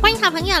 欢迎好朋友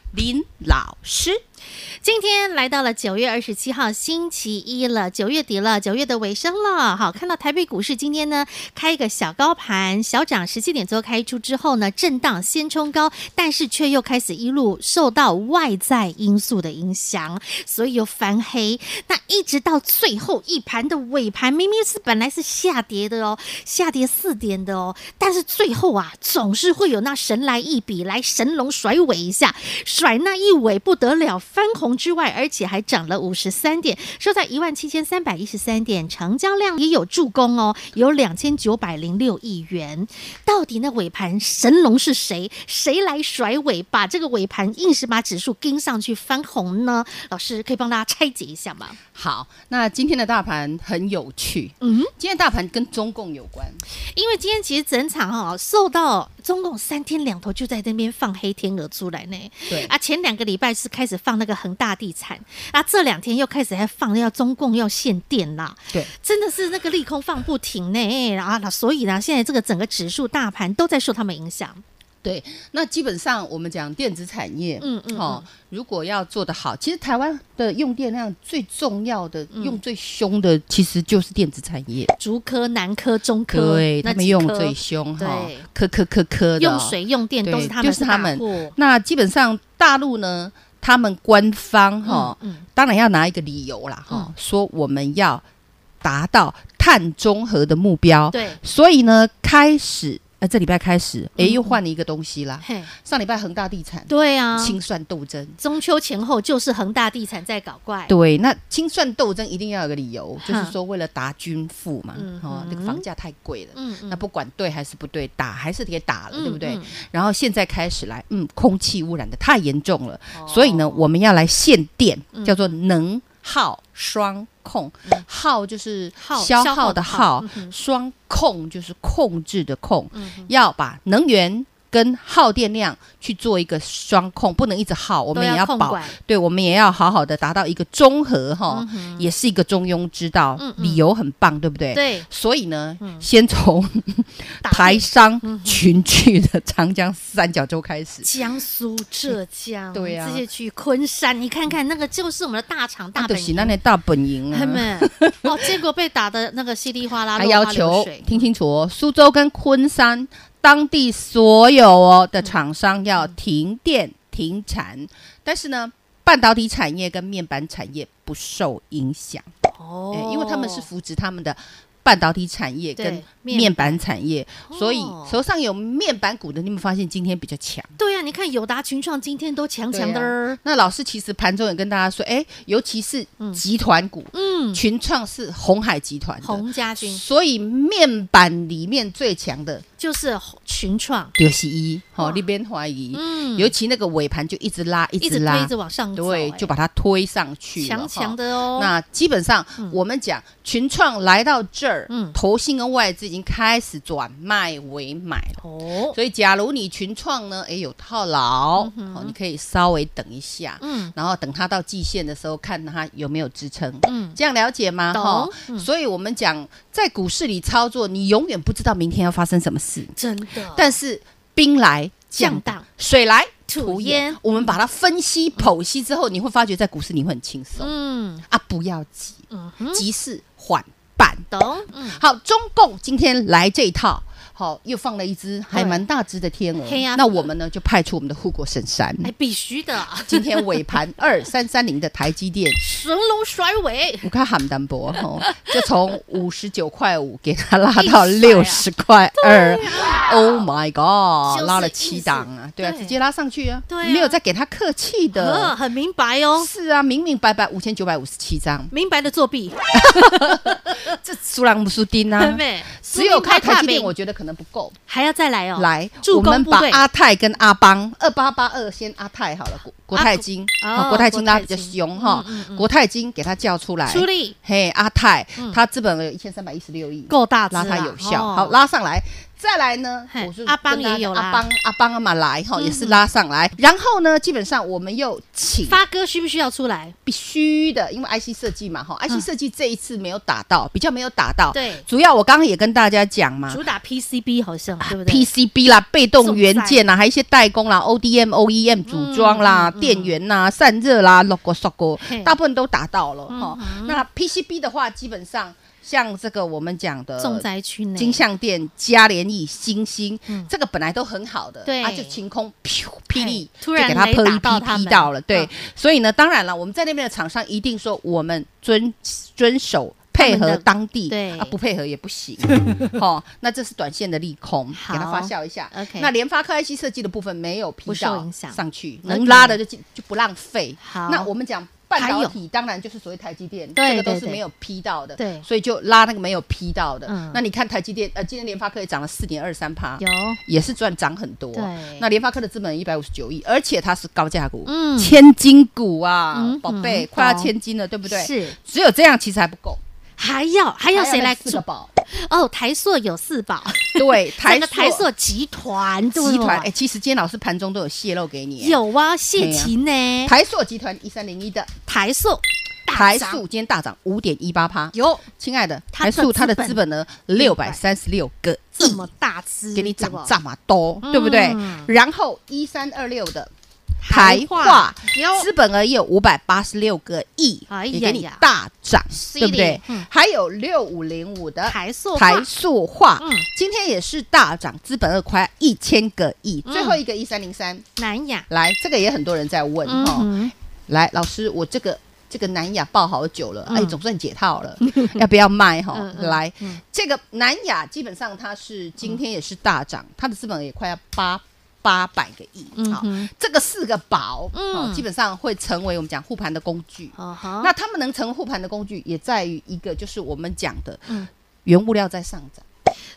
林老师。今天来到了九月二十七号星期一了，九月底了，九月的尾声了。好，看到台北股市今天呢开一个小高盘，小涨十七点多开出之后呢，震荡先冲高，但是却又开始一路受到外在因素的影响，所以又翻黑。那一直到最后一盘的尾盘，明明是本来是下跌的哦，下跌四点的哦，但是最后啊，总是会有那神来一笔，来神龙甩尾一下，甩那一尾不得了，翻红之外，而且还涨了五十三点，收在一万七千三百一十三点，成交量也有助攻哦，有两千九百零六亿元。到底那尾盘神龙是谁？谁来甩尾，把这个尾盘硬是把指数盯上去翻红呢？老师可以帮大家拆解一下吗？好，那今天的大盘很有趣，嗯，今天大盘跟中共有关，因为今天其实整场哈、哦受到中共三天两头就在那边放黑天鹅出来呢。对啊，前两个礼拜是开始放那个恒大地产，啊，这两天又开始还放要中共要限电啦，对，真的是那个利空放不停呢。啊，那所以呢，现在这个整个指数大盘都在受他们影响。对，那基本上我们讲电子产业，嗯嗯哦，如果要做得好，其实台湾的用电量最重要的、嗯用最凶的，其实就是电子产业。竹科、南科、中科，对，那他们几用科最凶哈对，科科科科的用哦水、用电对都是他们，就是他大们户那基本上大陆呢，他们官方哈、嗯嗯当然要拿一个理由啦哈、嗯说我们要达到碳中和的目标，对，所以呢，开始呃这礼拜开始，诶，嗯又换了一个东西啦。嘿，上礼拜恒大地产对啊，清算斗争，中秋前后就是恒大地产在搞怪，对，那清算斗争一定要有个理由，就是哼说为了达均富嘛嗯，哦哼，这个房价太贵了。嗯嗯那不管对还是不对，打还是给打了，嗯对不对嗯？然后现在开始来，嗯，空气污染的太严重了，哦所以呢，我们要来限电嗯，叫做能耗双控嗯。耗就是耗消消耗耗的的耗耗嗯，哼双控就是控制的控嗯哼，要把能源。跟耗电量去做一个双控，不能一直耗，我都们也要控保管对，我们也要好好的达到一个中和哈，嗯哼也是一个中庸之道，嗯嗯理由很棒，对不对？。对，所以呢，嗯先从打台遍商嗯群聚的长江三角洲开始。江苏、浙江，对啊这些区域，昆山，你看看那个就是我们的大厂大就本啊是营那，那大本 营他啊，们哦，结果被打的那个稀里哗啦， 还落要花流求水听清楚哦，苏州跟昆山当地所有哦的厂商要停电停产，但是呢，半导体产业跟面板产业不受影响。哦欸，因为他们是扶植他们的半导体产业对跟面面板产业，板所以哦手上有面板股的，你有没有发现今天比较强？对啊，你看友达、群创今天都强强的儿，那老师其实盘中也跟大家说，哎、尤其是嗯集团股，嗯，群创是红海集团的，洪家军所以面板里面最强的就是群创，六十一，哇哦，那边怀疑，嗯，尤其那个尾盘就一直拉，一一直直推拉，着往上走，对，哎就把它推上去了，强强哈的哦，那基本上嗯我们讲群创来到这儿，嗯投信跟外资已经开始转卖为买了。哦，所以，假如你群创呢，诶有套牢，嗯哼哦，你可以稍微等一下，嗯然后等它到季线的时候，看它有没有支撑。嗯，这样了解吗？懂哈嗯所以我们讲在股市里操作，你永远不知道明天要发生什么事，真的，但是兵来哦降将档挡，水来吐土烟掩。，我们把它分析剖析之后，你会发觉在股市你会很轻松。嗯啊，不要急，嗯哼，急事缓办。懂，嗯好，中共今天来这一套，好、又放了一只还蛮大只的天鹅黑鸭。那我们呢就派出我们的护国神山。哎，必须的，今天尾盘二三三零的台积电，神龙甩尾，我看邯郸博 哦，就从五十九块五给它拉啊到六十块二，Oh 就 my 是 god，拉了意思七档啊，对啊，对直接拉上去啊，对啊没有再给他客气呃，的，很明白哦，是啊，明明白白五千九百五十七张，明白的作弊，这输人不输 丁对不啊，对？只有靠台明积电，我觉得可能不够。还要再来哦，来，助我们攻部把队阿泰跟阿邦二八八二先阿泰好了，国国泰金，啊好哦国泰金国泰拉比较金嗯凶哈，国泰金给他叫出来，出力嘿，阿泰嗯他资本额有一千三百一十六亿，够大只拉啦，他有效，哦好，拉上来。再来呢嘿，我是阿邦跟大家也有啦嗯阿邦阿邦阿妈来哈，也是拉上来。然后呢，基本上我们又请发哥需不需要出来？必须的，因为 IC 设计嘛哈，IC 设计这一次没有打到，比较没有打到。嗯对主要我刚刚也跟大家讲嘛，主打 PCB 好啊像对不对 PCB 啦、被动元件啊啦，还有一些代工啦、ODM、OEM E 嗯组装啦、电源啦、散热啦、logo、logo，嘿嗯大部分都达到了哈。那 PCB 的话，基本上像这个我们讲的重灾区内金像店、嘉联益、星星，这个本来都很好的，嗯对啊，就晴空噗霹雳，嘿突就然给它雷喷一打到劈他劈们到了，对嗯，所以呢，当然了，我们在那边的厂商一定说我们遵遵守。配他们合的当地，对啊，不配合也 不行，哦，那这是短线的利空，给它好发酵一下。 OK 那联发科 IC 设计的部分没有不批受到影响上去， OK 能拉的就进就不浪费。好那我们讲半还导有体，当然就是所谓台积电，对这个都对是对没有批到的，对所以就拉那个没有批到的嗯。那你看台积电，呃，今天联发科也涨了四点二三趴，有也是赚涨很多对。那联发科的资本一百五十九亿，而且它是高价股，嗯千金股啊嗯，宝贝，嗯快要懂千金了，对不对？，是只有这样其实还不够，还要还要谁来四个做？宝？哦，台塑有四 宝， 对，整个塑台塑集团集团，哎，对其实今天老师盘中都有泄露给你，啊有啊，谢琴呢，台塑集团一三零一的台塑台大塑涨今天大涨五点一八趴，有亲爱的，它台塑的它的资本资本呢六百三十六个这亿，么大只，给你对不涨这么多，对不对嗯？然后一三二六的台台化化有资本额也有五百八十六个亿哎，呀也给你呀大涨，是对不对的嗯？还有六五零五的台塑化呃台塑化嗯，今天也是大涨，资本额快一千个亿，嗯最后一个一三零三，南亚，来，这个也很多人在问嗯哦。哼，来，老师，我这个这个南亚报好久了，嗯哎，总算解套 了，要不要卖哈嗯？嗯来嗯，这个南亚基本上它是今天也是大涨，它的资本额也快要八八百个亿嗯好哼，这个四个宝，嗯好基本上会成为我们讲护盘的工具。哦哈，那他们能成为护盘的工具，也在于一个就是我们讲的嗯原物料在上涨。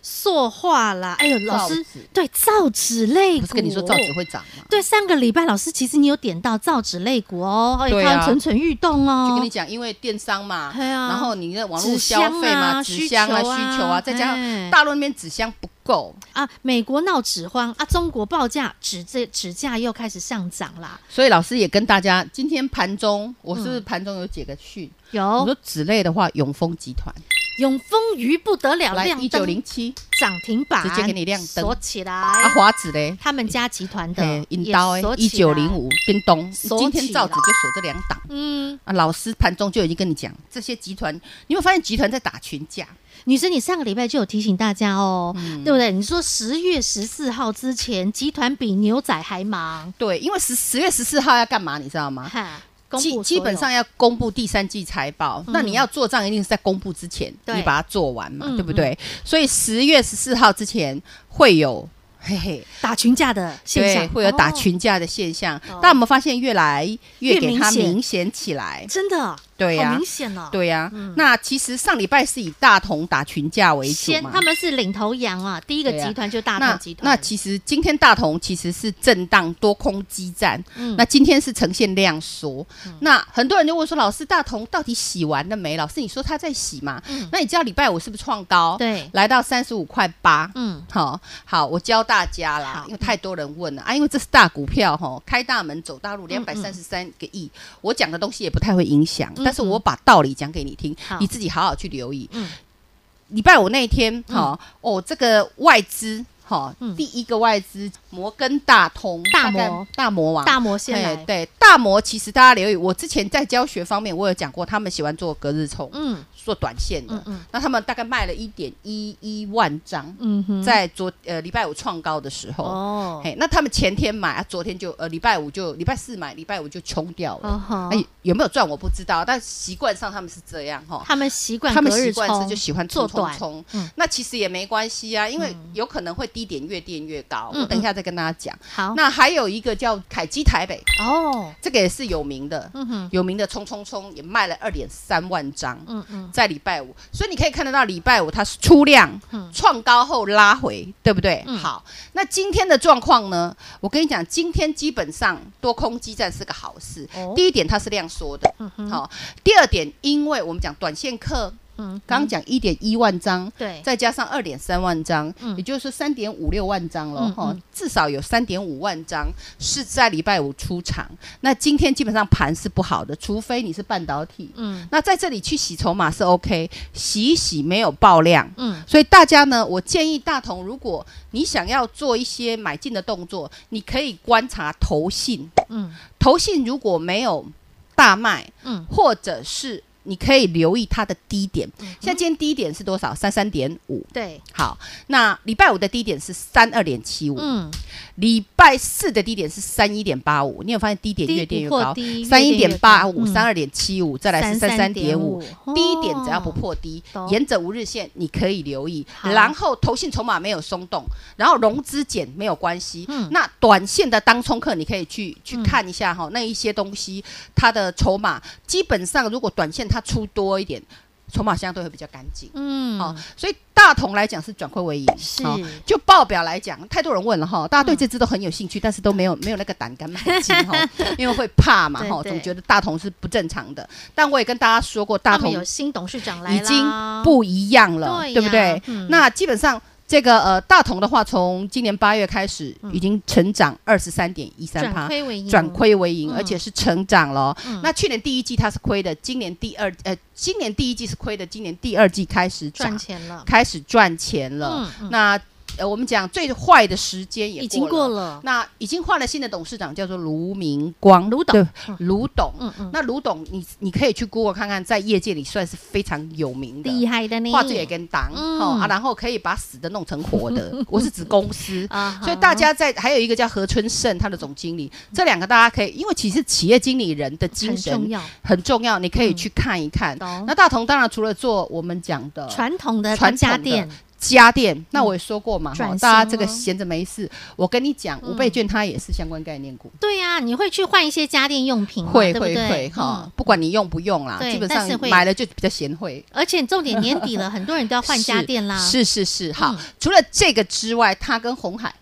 塑化啦，哎呦，老师造纸对造纸类股，不是跟你说造纸会涨吗？对，上个礼拜老师其实你有点到造纸类股哦，哎，对啊它蠢蠢欲动就哦跟你，讲，因为电商嘛，对啊然后你的网络纸消费嘛，纸箱啊箱啊、需求啊需求啊，再加嘿上大陆那边纸箱不够，啊，美国闹纸荒啊，中国报价纸这纸价又开始上涨啦，所以老师也跟大家，今天盘中我是不是盘中有解个讯？我有说纸类的话，永丰集团永丰余不得了，来亮一九灯零七，涨停板，直接给你亮灯锁起来。啊，华纸嘞，他们家集团的嘿，银刀哎哦也锁，一起来九零，五，冰东，锁今天起造纸来就锁这两档。嗯，啊，老师盘中就已经跟你讲，这些集团，你有没有发现集团在打群架？女生，你上个礼拜就有提醒大家哦，嗯对不对？你说十月十四号之前，集团比牛仔还忙，对，因为十十月十四号要干嘛，你知道吗？哈，公啊基布基所本有嗯上要公布第三季财报，那你要做账一定是在公布之前，对你把它做完嘛，嗯对不对？所以十月十四号之前会有。嘿嘿，打群架的现对，象，会有打哦群架的现象，哦但我们发现越来越越给明它显明显起来。哦真的，对呀好明显哦。，对呀、那其实上礼拜是以大同打群架为主先嘛他，们是领头羊啊，第一个对啊集团就大那同集团。那其实今天大同其实是震荡多空激战，嗯那今天是呈现量缩。那很多人就问说，老师大同到底洗完了没？老师你说他在洗嘛？那你知道礼拜五是不是创嗯高？对来到三十五块八。嗯，好好，我教大家啦好，嗯因为太多人问了啊，因为这是大股票哈，开大门走大嗯路，两百三十三个亿，我讲的东西也不太会影响，但是我把道理讲给你听嗯好，你自己好好去留意嗯。礼拜五那一天，哈哦，这个外资哈嗯，第一个外资摩根大通大摩概大魔王大摩先哎来，对大摩，其实大家留意，我之前在教学方面我有讲过，他们喜欢做隔日冲，嗯，做短线的，嗯嗯那他们大概卖了一点一一万张，嗯哼，在昨呃礼拜五创高的时候，哦，嘿，那他们前天买，啊、昨天就呃礼拜五就礼拜四买，礼拜五就冲掉了。哦吼哎、有没有赚我不知道，但习惯上他们是这样哈。他们习惯他们隔日习惯是冲就喜欢做冲冲短冲嗯，那其实也没关系啊，因为有可能会低点越垫越高。嗯我等一下再跟大家讲。好那还有一个叫凯基台北，哦，这个也是有名的，嗯哼，有名的冲冲冲也卖了二点三万张，嗯嗯，在礼拜五，所以你可以看得到礼拜五它是出量嗯创高后拉回，对不对？嗯好，那今天的状况呢？我跟你讲，今天基本上多空激战是个好事。哦第一点，它是量缩的，嗯哼，好、第二点，因为我们讲短线客嗯，刚讲一点一万张。对，再加上二点三万张，嗯也就是说三点五六万张了嗯哈嗯，至少有三点五万张是在礼拜五出场。那今天基本上盘是不好的，除非你是半导体。嗯那在这里去洗筹码是 OK，洗一洗没有爆量。嗯所以大家呢，我建议大同，如果你想要做一些买进的动作，你可以观察投信，嗯投信如果没有大卖，嗯，或者是你可以留意它的低点。现在今天低点是多少？三三点五。对，好，那礼拜五的低点是三二点七五，嗯，礼拜四的低点是三一点八五。你有发现低点低越垫越不破高低，三一越垫点越八高五、嗯三二点七五，再来是三三点五。 33.5低点只要不，破低，哦懂沿着五日线你可以留意，好然后投信筹码没有松动，然后融资减没有关系。嗯那短线的当冲客你可以去去嗯看一下哈、那一些东西它的筹码基本上如果短线它出多一点，筹码相对会比较干净。嗯，哦，所以大同来讲是转亏为盈，是哦就报表来讲，太多人问了哈，大家对这只都很有兴趣，但是都没有没有那个胆敢买进 哈，因为会怕嘛哈，对对总觉得大同是不正常的。但我也跟大家说过，大他们同有新董事长来已经啦，不一样了，对呀对不对？嗯那基本上这个呃大同的话，从今年八月开始已经成长二十三点一嗯三转趴。亏为盈，转亏为盈，嗯而且是成长了哦、嗯那去年第一季它是亏的，今年第二呃，今年第一季是亏的，今年第二季开始赚涨，钱了，开始赚钱了。嗯嗯那呃，我们讲最坏的时间也已经过了。了，那已经换了新的董事长，叫做卢明光，卢董对，卢董。嗯嗯，那卢董，你你可以去 Google 看看，在业界里算是非常有名的，厉害的呢，画质也跟档，嗯哦啊，然后可以把死的弄成活 的。我是指公司。啊，所以大家在还有一个叫何春盛，他的总经理，这两个大家可以，因为其实企业经理人的精很重神要，嗯很重要，你可以去看一看。懂那大同当然除了做我们讲的传统的传统家的电，家电，那我也说过嘛，转哈型大家这个了闲着没事，我跟你讲，嗯五倍券它也是相关概念股，对呀，你会去换一些家电用品嘛，嗯会对不会对会哈嗯，不管你用不用啦，对基本但上是会买了就比较贤惠。而且重点年底了，很多人都要换家电啦，是是是，好嗯。除了这个之外，他跟红海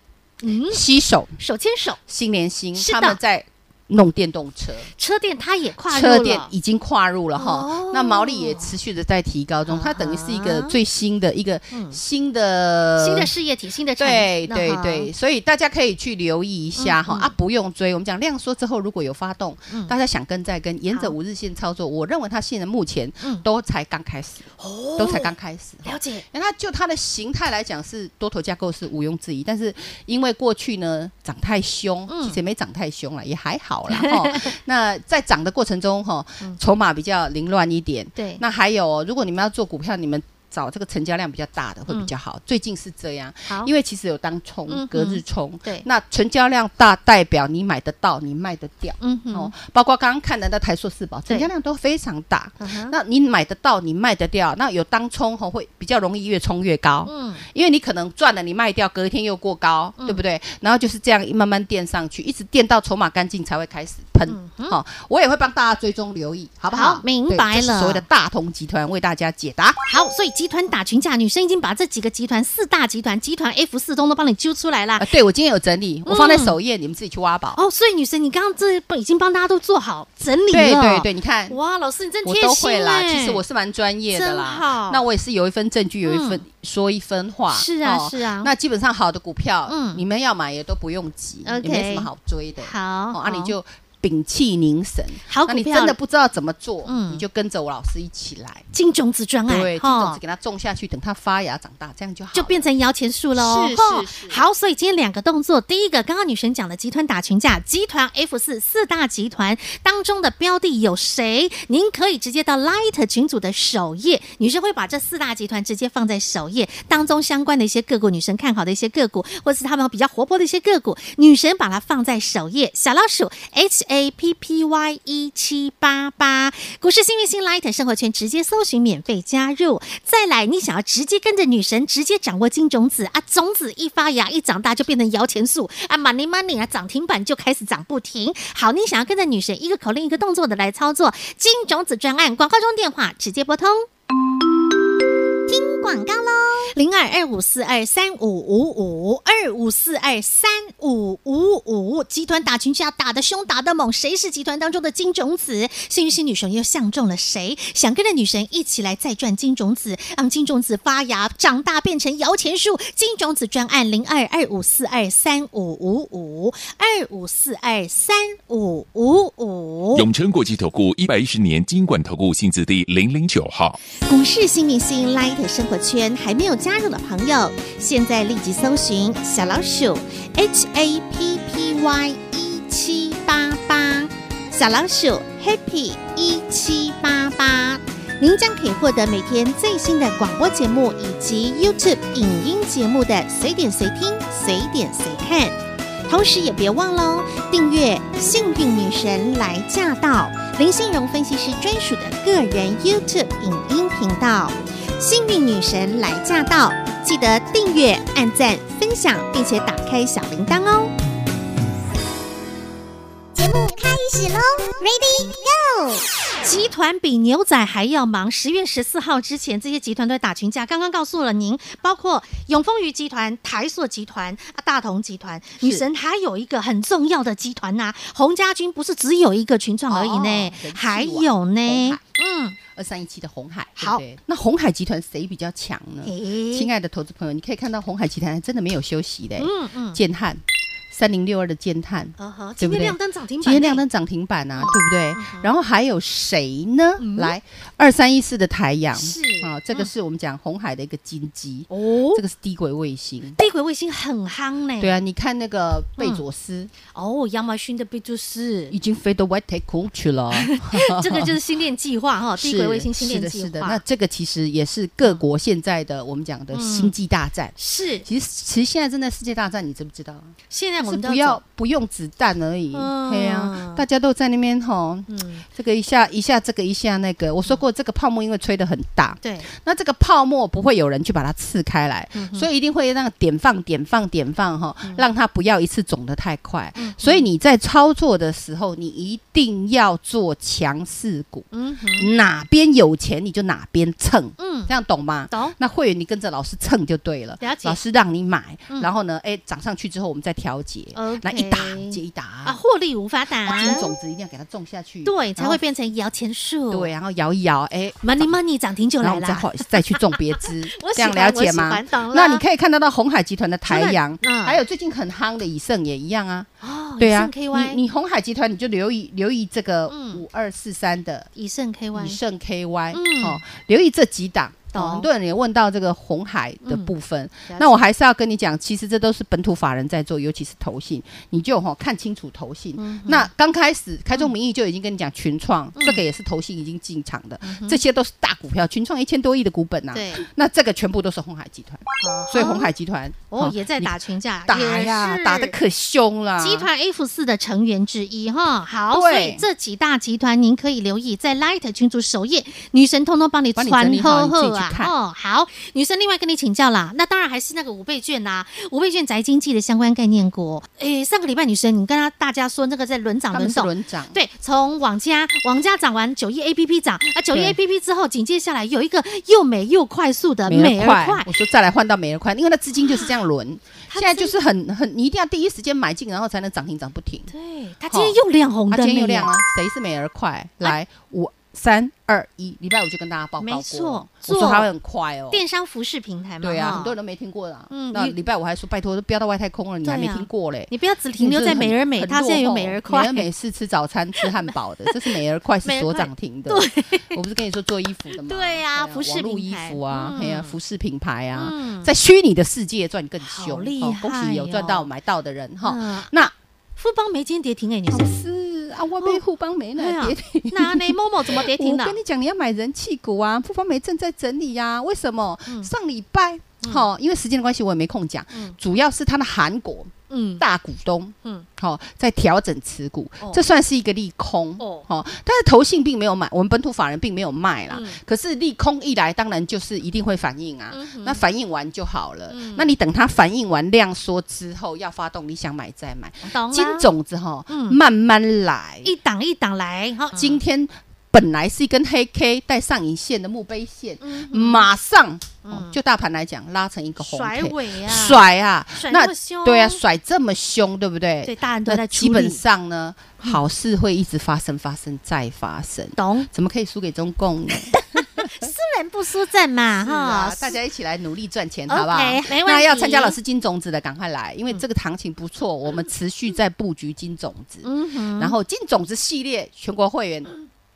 嗯，携手手牵手，新联新，是的他们在弄电动车，车电它也跨入车电了，已经跨入了哈哦。那毛利也持续的在提高中，啊哈它等于是一个最新的一个嗯新的新的事业体，新的产对那对哈对，所以大家可以去留意一下哈、嗯嗯啊，不用追。我们讲量缩之后，如果有发动，嗯大家想跟再跟，沿好着五日线操作，我认为它现在目前嗯都才刚开始，哦都才刚开始。哈了解，那它就它的形态来讲是多头架构是毋庸置疑，但是因为过去呢涨太凶，嗯其实也没涨太凶了，也还好 啦哈。那在涨的过程中哈，嗯筹码比较凌乱一点。对，那还有哦，如果你们要做股票，你们找这个成交量比较大的会比较好。最近是这样，嗯好，因为其实有当冲、嗯哼隔日冲，对那成交量大代表你买得到，你卖得掉。嗯哼，哦，包括刚刚看的那台硕四宝，对成交量都非常大。嗯哼那你买得到，你卖得掉，那有当冲吼会比较容易越冲越高，嗯，因为你可能赚了你卖掉，隔一天又过高，对不对？然后就是这样慢慢垫上去，一直垫到筹码干净才会开始喷。好、我也会帮大家追踪留意，好不嗯好？好明对白这是了所谓的大同集团为大家解答。好，所以集团打群架，女生已经把这几个集团四大集团、集团 F 四通都帮你揪出来啦。啊，对我今天有整理，我放在首页，你们自己去挖宝。嗯哦，所以女生，你刚刚这帮已经帮大家都做好整理对了，对对，你看。哇，老师你真我贴心都会啦，哎其实我是蛮专业的真啦好。嗯那我也是有一分证据，有一分、说一分话。哦是啊是啊那基本上好的股票，嗯你们要买也都不用急 OK 也没什么好追的。好哦，啊，你就屏气凝神。好股那你票真的不知道怎么做，嗯你就跟着我老师一起来，金种子专案，对，这哈种子给它种下去，等它发芽长大，这样就好了。就变成摇钱树喽。是吼是是好，所以今天两个动作，第一个刚刚女神讲的集团打群架，集团 F 四四大集团当中的标的有谁？您可以直接到 Light 群组的首页，女生会把这四大集团直接放在首页当中相关的一些个股，女神看好的一些个股，或是他们比较活泼的一些个股，女神把它放在首页。小老鼠 H A P P Y 一七八八，股市幸运星 Light 生活圈直接搜寻免费加入。再来，你想要直接跟着女神直接掌握金种子啊，种子一发芽一长大就变成摇钱树啊，money money 啊，涨停板就开始涨不停。好，你想要跟着女神一个口令一个动作的来操作金种子专案，广告中电话直接拨通。广告喽，零二二五四二三五五五二五四二三五五五，集团打群架打得凶，打得猛，谁是集团当中的金种子？幸运星女神又相中了谁？想跟着女神一起来再赚金种子，让金种子发芽长大变成摇钱树。金种子专案零二二五四二三五五五二五四二三五五五。永诚国际投顾一百一十年金管投顾新字第零零九号，股市新明星 Light 生活圈还没有加入的朋友，现在立即搜寻小老鼠 HAPPY 一七八八，小老鼠 Happy 一七八八，您将可以获得每天最新的广播节目以及 YouTube 影音节目的随点随听、随点随看。同时也别忘喽，订阅《幸运女神来驾到》林信荣分析师专属的个人 YouTube 影音频道《幸运女神来驾到》，记得订阅、按赞、分享，并且打开小铃铛哦。集团比牛仔还要忙。十月十四号之前，这些集团都在打群架。刚刚告诉了您，包括永丰余集团、台塑集团、啊大同集团、女神，还有一个很重要的集团呐、洪家军不是只有一个群创而已呢，哦人气还王有呢红海，嗯，二三一七的红海，好对不对那红海集团谁比较强呢？亲诶，爱的投资朋友，你可以看到红海集团还真的没有休息的、嗯嗯，建汉三零六二的建汉，呃呵，对今不对天亮灯涨停板，嗯今天亮，灯涨停板啊，对不对？然后还有谁呢？来，二三一四的台阳是嗯啊，这个是我们讲红海的一个金鸡，哦，哎这个是低轨卫星。地轨卫星很夯呢，对啊，你看那个贝佐斯哦，亚马逊的贝柱斯 已，经飞到外太空去 了，这个就是星链计划哈，地轨卫星星哦是链的，计是的。划那，这个其实也是各国现在的我们讲嗯的星际大战。是其实，其实现在正在世界大战，你知不知道啊？现在我是们都不要不用子弹而已，嗯对啊，大家都在那边吼，这个一下一下这个一下那个，我说过这个泡沫因为吹得很大走，嗯对，嗯那这个泡沫不会有人去把它刺开来，所以一定会让点放点放点放哈，让它不要一次肿得太快。嗯 所以你在操作的时候，你一定要做强势股，嗯哼，哪边有钱你就哪边蹭，嗯，这样懂吗？懂，那会员你跟着老师蹭就对了，了解老师让你买，嗯然后呢，哎，涨上去之后我们再调节 OK，那一打接一打啊，啊，获利无法打，金种子一定要给它种下去，对，才然后会变成摇钱树，对，然后摇一摇，哎， ，money money 涨停就然后来我们再啦。换再去种别枝 我，喜这样欢了解我喜吗欢懂了？那你可以看得到红海集团的台阳真的嗯，还有最近很夯的以盛也一样啊，哦，对啊，以你盛 KY，你红海集团你就留意留意这个嗯五二四三的以盛以 KY，盛 KY 嗯哦，留意这几档。懂哦，很多人也问到这个红海的部分，嗯那我还是要跟你讲，其实这都是本土法人在做，尤其是投信，你就哈、看清楚投信。嗯那刚开始开宗明义就已经跟你讲群创，这个也是投信已经进场的，这些都是大股票，群创一千多亿的股本呐、嗯啊对，那这个全部都是红海集团，哦所以红海集团哦哦也在你打群架，打也呀，是打的可凶了。集团 F 四的成员之一哈。好，所以啊对这几大集团您可以留意，在 Light 群组首页，女神通通帮你帮传你整理呵好你呵自己啊去。看哦，好，女神另外跟你请教啦，那当然还是那个五倍券啦、五倍券宅经济的相关概念股。诶，上个礼拜女神你跟她大家说那个在轮涨他轮们是动。轮涨，对，从网家网家涨完九一 A P P 涨啊，九一 A 对 P P 之后，紧接下来有一个又美又快速的美美而而快快，我说再来换到美而快，因为那资金就是这样轮，它现在就是很很，你一定要第一时间买进，然后才能涨停涨不停。对，它今天又亮红哦它灯了今天耶，啊又亮啊，谁是美而快？来五三二一，礼拜五就跟大家报告过，没错我做说它会很快哦。电商服饰平台嘛，对啊，哈很多人都没听过啦。嗯那你礼拜五还说拜托都飙到外太空了，你还对没啊听过嘞？你不要只停留在美而美，很它现在落有后美而快美而，美是吃早餐、吃汉堡的，这是美而快是美而所快长听的。我不是跟你说做衣服的吗？对啊服饰网络品衣牌服啊，哎呀，嗯服饰品牌啊嗯，在虚拟的世界赚更凶好，厉哦恭害喜有赚哟到买到的人哈。嗯，那富邦没今天跌停哎，你不是 是啊，外面互帮没哎呀呢，跌停。那那某某怎么跌停我了跟？你讲，你要买人气股啊，富邦媒正在整理呀、为什么？上礼拜。好，因为时间的关系，我也没空讲。嗯主要是它的韩国嗯，大股东，嗯嗯，好、在调整持股，哦这算是一个利空，哦哦，好、但是投信并没有买，我们本土法人并没有卖啦。嗯可是利空一来，当然就是一定会反应啊。嗯哼那反应完就好了。嗯那你等它反应完量缩之后，要发动，你想买再买，懂啦金种子哈、啊嗯慢慢来。一嗯档一档来，好，今天本来是一根黑 K 带上影线的墓碑线，嗯马上、哦嗯就大盘来讲拉成一个红甩 K，尾啊，甩啊，甩那那么凶对啊，甩这么凶，对不对？对，大人都那在嗯基出本力，上呢，好事会一直发生，发生再发生，懂？怎么可以输给中共 呢？不能不输阵嘛，是啊哈，，大家一起来努力赚钱， OK，好不好？没问题那要参加老师金种子的，赶快来，因为这个行情不错，我们持续在布局金种子，嗯哼，然后金种子系列全国会员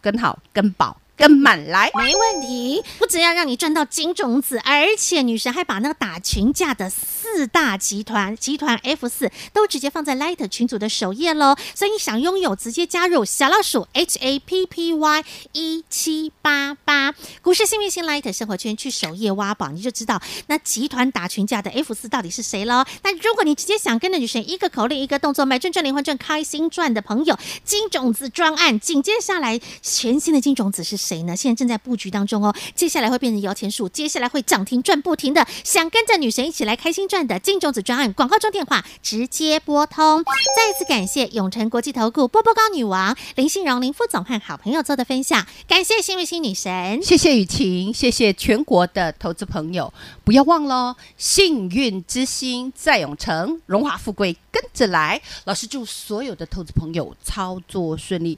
跟好、跟饱、跟满来。没问题，不只要让你赚到金种子，而且女神还把那个打群架的四大集团集团 F 四都直接放在 Light 群组的首页喽。所以你想拥有，直接加入小老鼠 H A P P Y 一七八八股市幸运星 Light 生活圈去首页挖宝，你就知道那集团打群架的 F 四到底是谁喽。那如果你直接想跟着女神一个口令一个动作买赚赚连环赚开心赚的朋友，金种子专案紧接下来全新的金种子是谁呢？现在正在布局当中哦，接下来会变成摇钱树，接下来会涨停赚不停的。想跟着女神一起来开心赚的金种子专案广告中电话直接拨通。再次感谢永诚国际投顾波波高女王林信荣林副总和好朋友做的分享，感谢幸运星女神。谢谢雨晴，谢谢全国的投资朋友，不要忘了哦，幸运之星在永城，荣华富贵跟着来。老师祝所有的投资朋友操作顺利，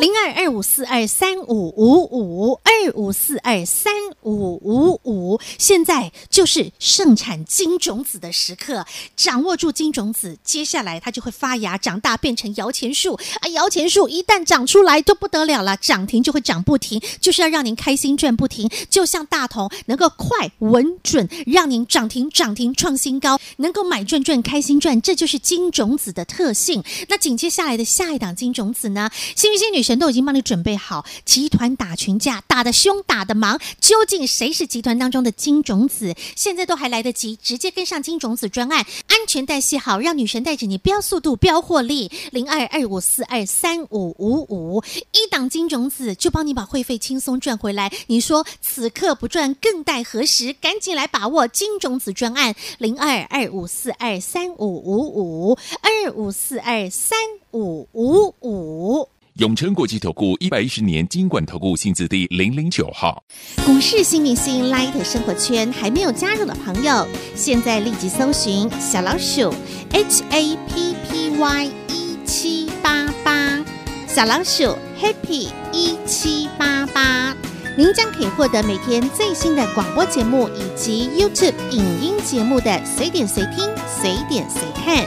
零二二五四二三五五五二五四二三五五五，现在就是盛产金种子的时刻，掌握住金种子，接下来它就会发芽长大，变成摇钱树啊！摇钱树一旦长出来就不得了了，涨停就会涨不停，就是要让您开心赚不停，就像大同能够快稳准，让您涨停涨停创新高，能够买赚赚开心赚，这就是金种子的特性。那紧接下来的下一档金种子呢？幸运星女神都已经帮你准备好，集团打群架，打得凶，打得忙，究竟谁是集团当中的金种子？现在都还来得及，直接跟上金种子专案，安全带系好，让女神带着你飙速度、飙获利。零二二五四二三五五五，一档金种子就帮你把会费轻松赚回来。你说此刻不赚，更待何时？赶紧来把握金种子专案，零二二五四二三五五五二五四二三五五五。永诚国际投顾一百一十年金管投顾新字第零零九号。股市新明星 Light 生活圈还没有加入的朋友，现在立即搜寻小老鼠 HAPPY 一七八八，小老鼠 Happy 一七八八，您将可以获得每天最新的广播节目以及 YouTube 影音节目的随点随听、随点随看。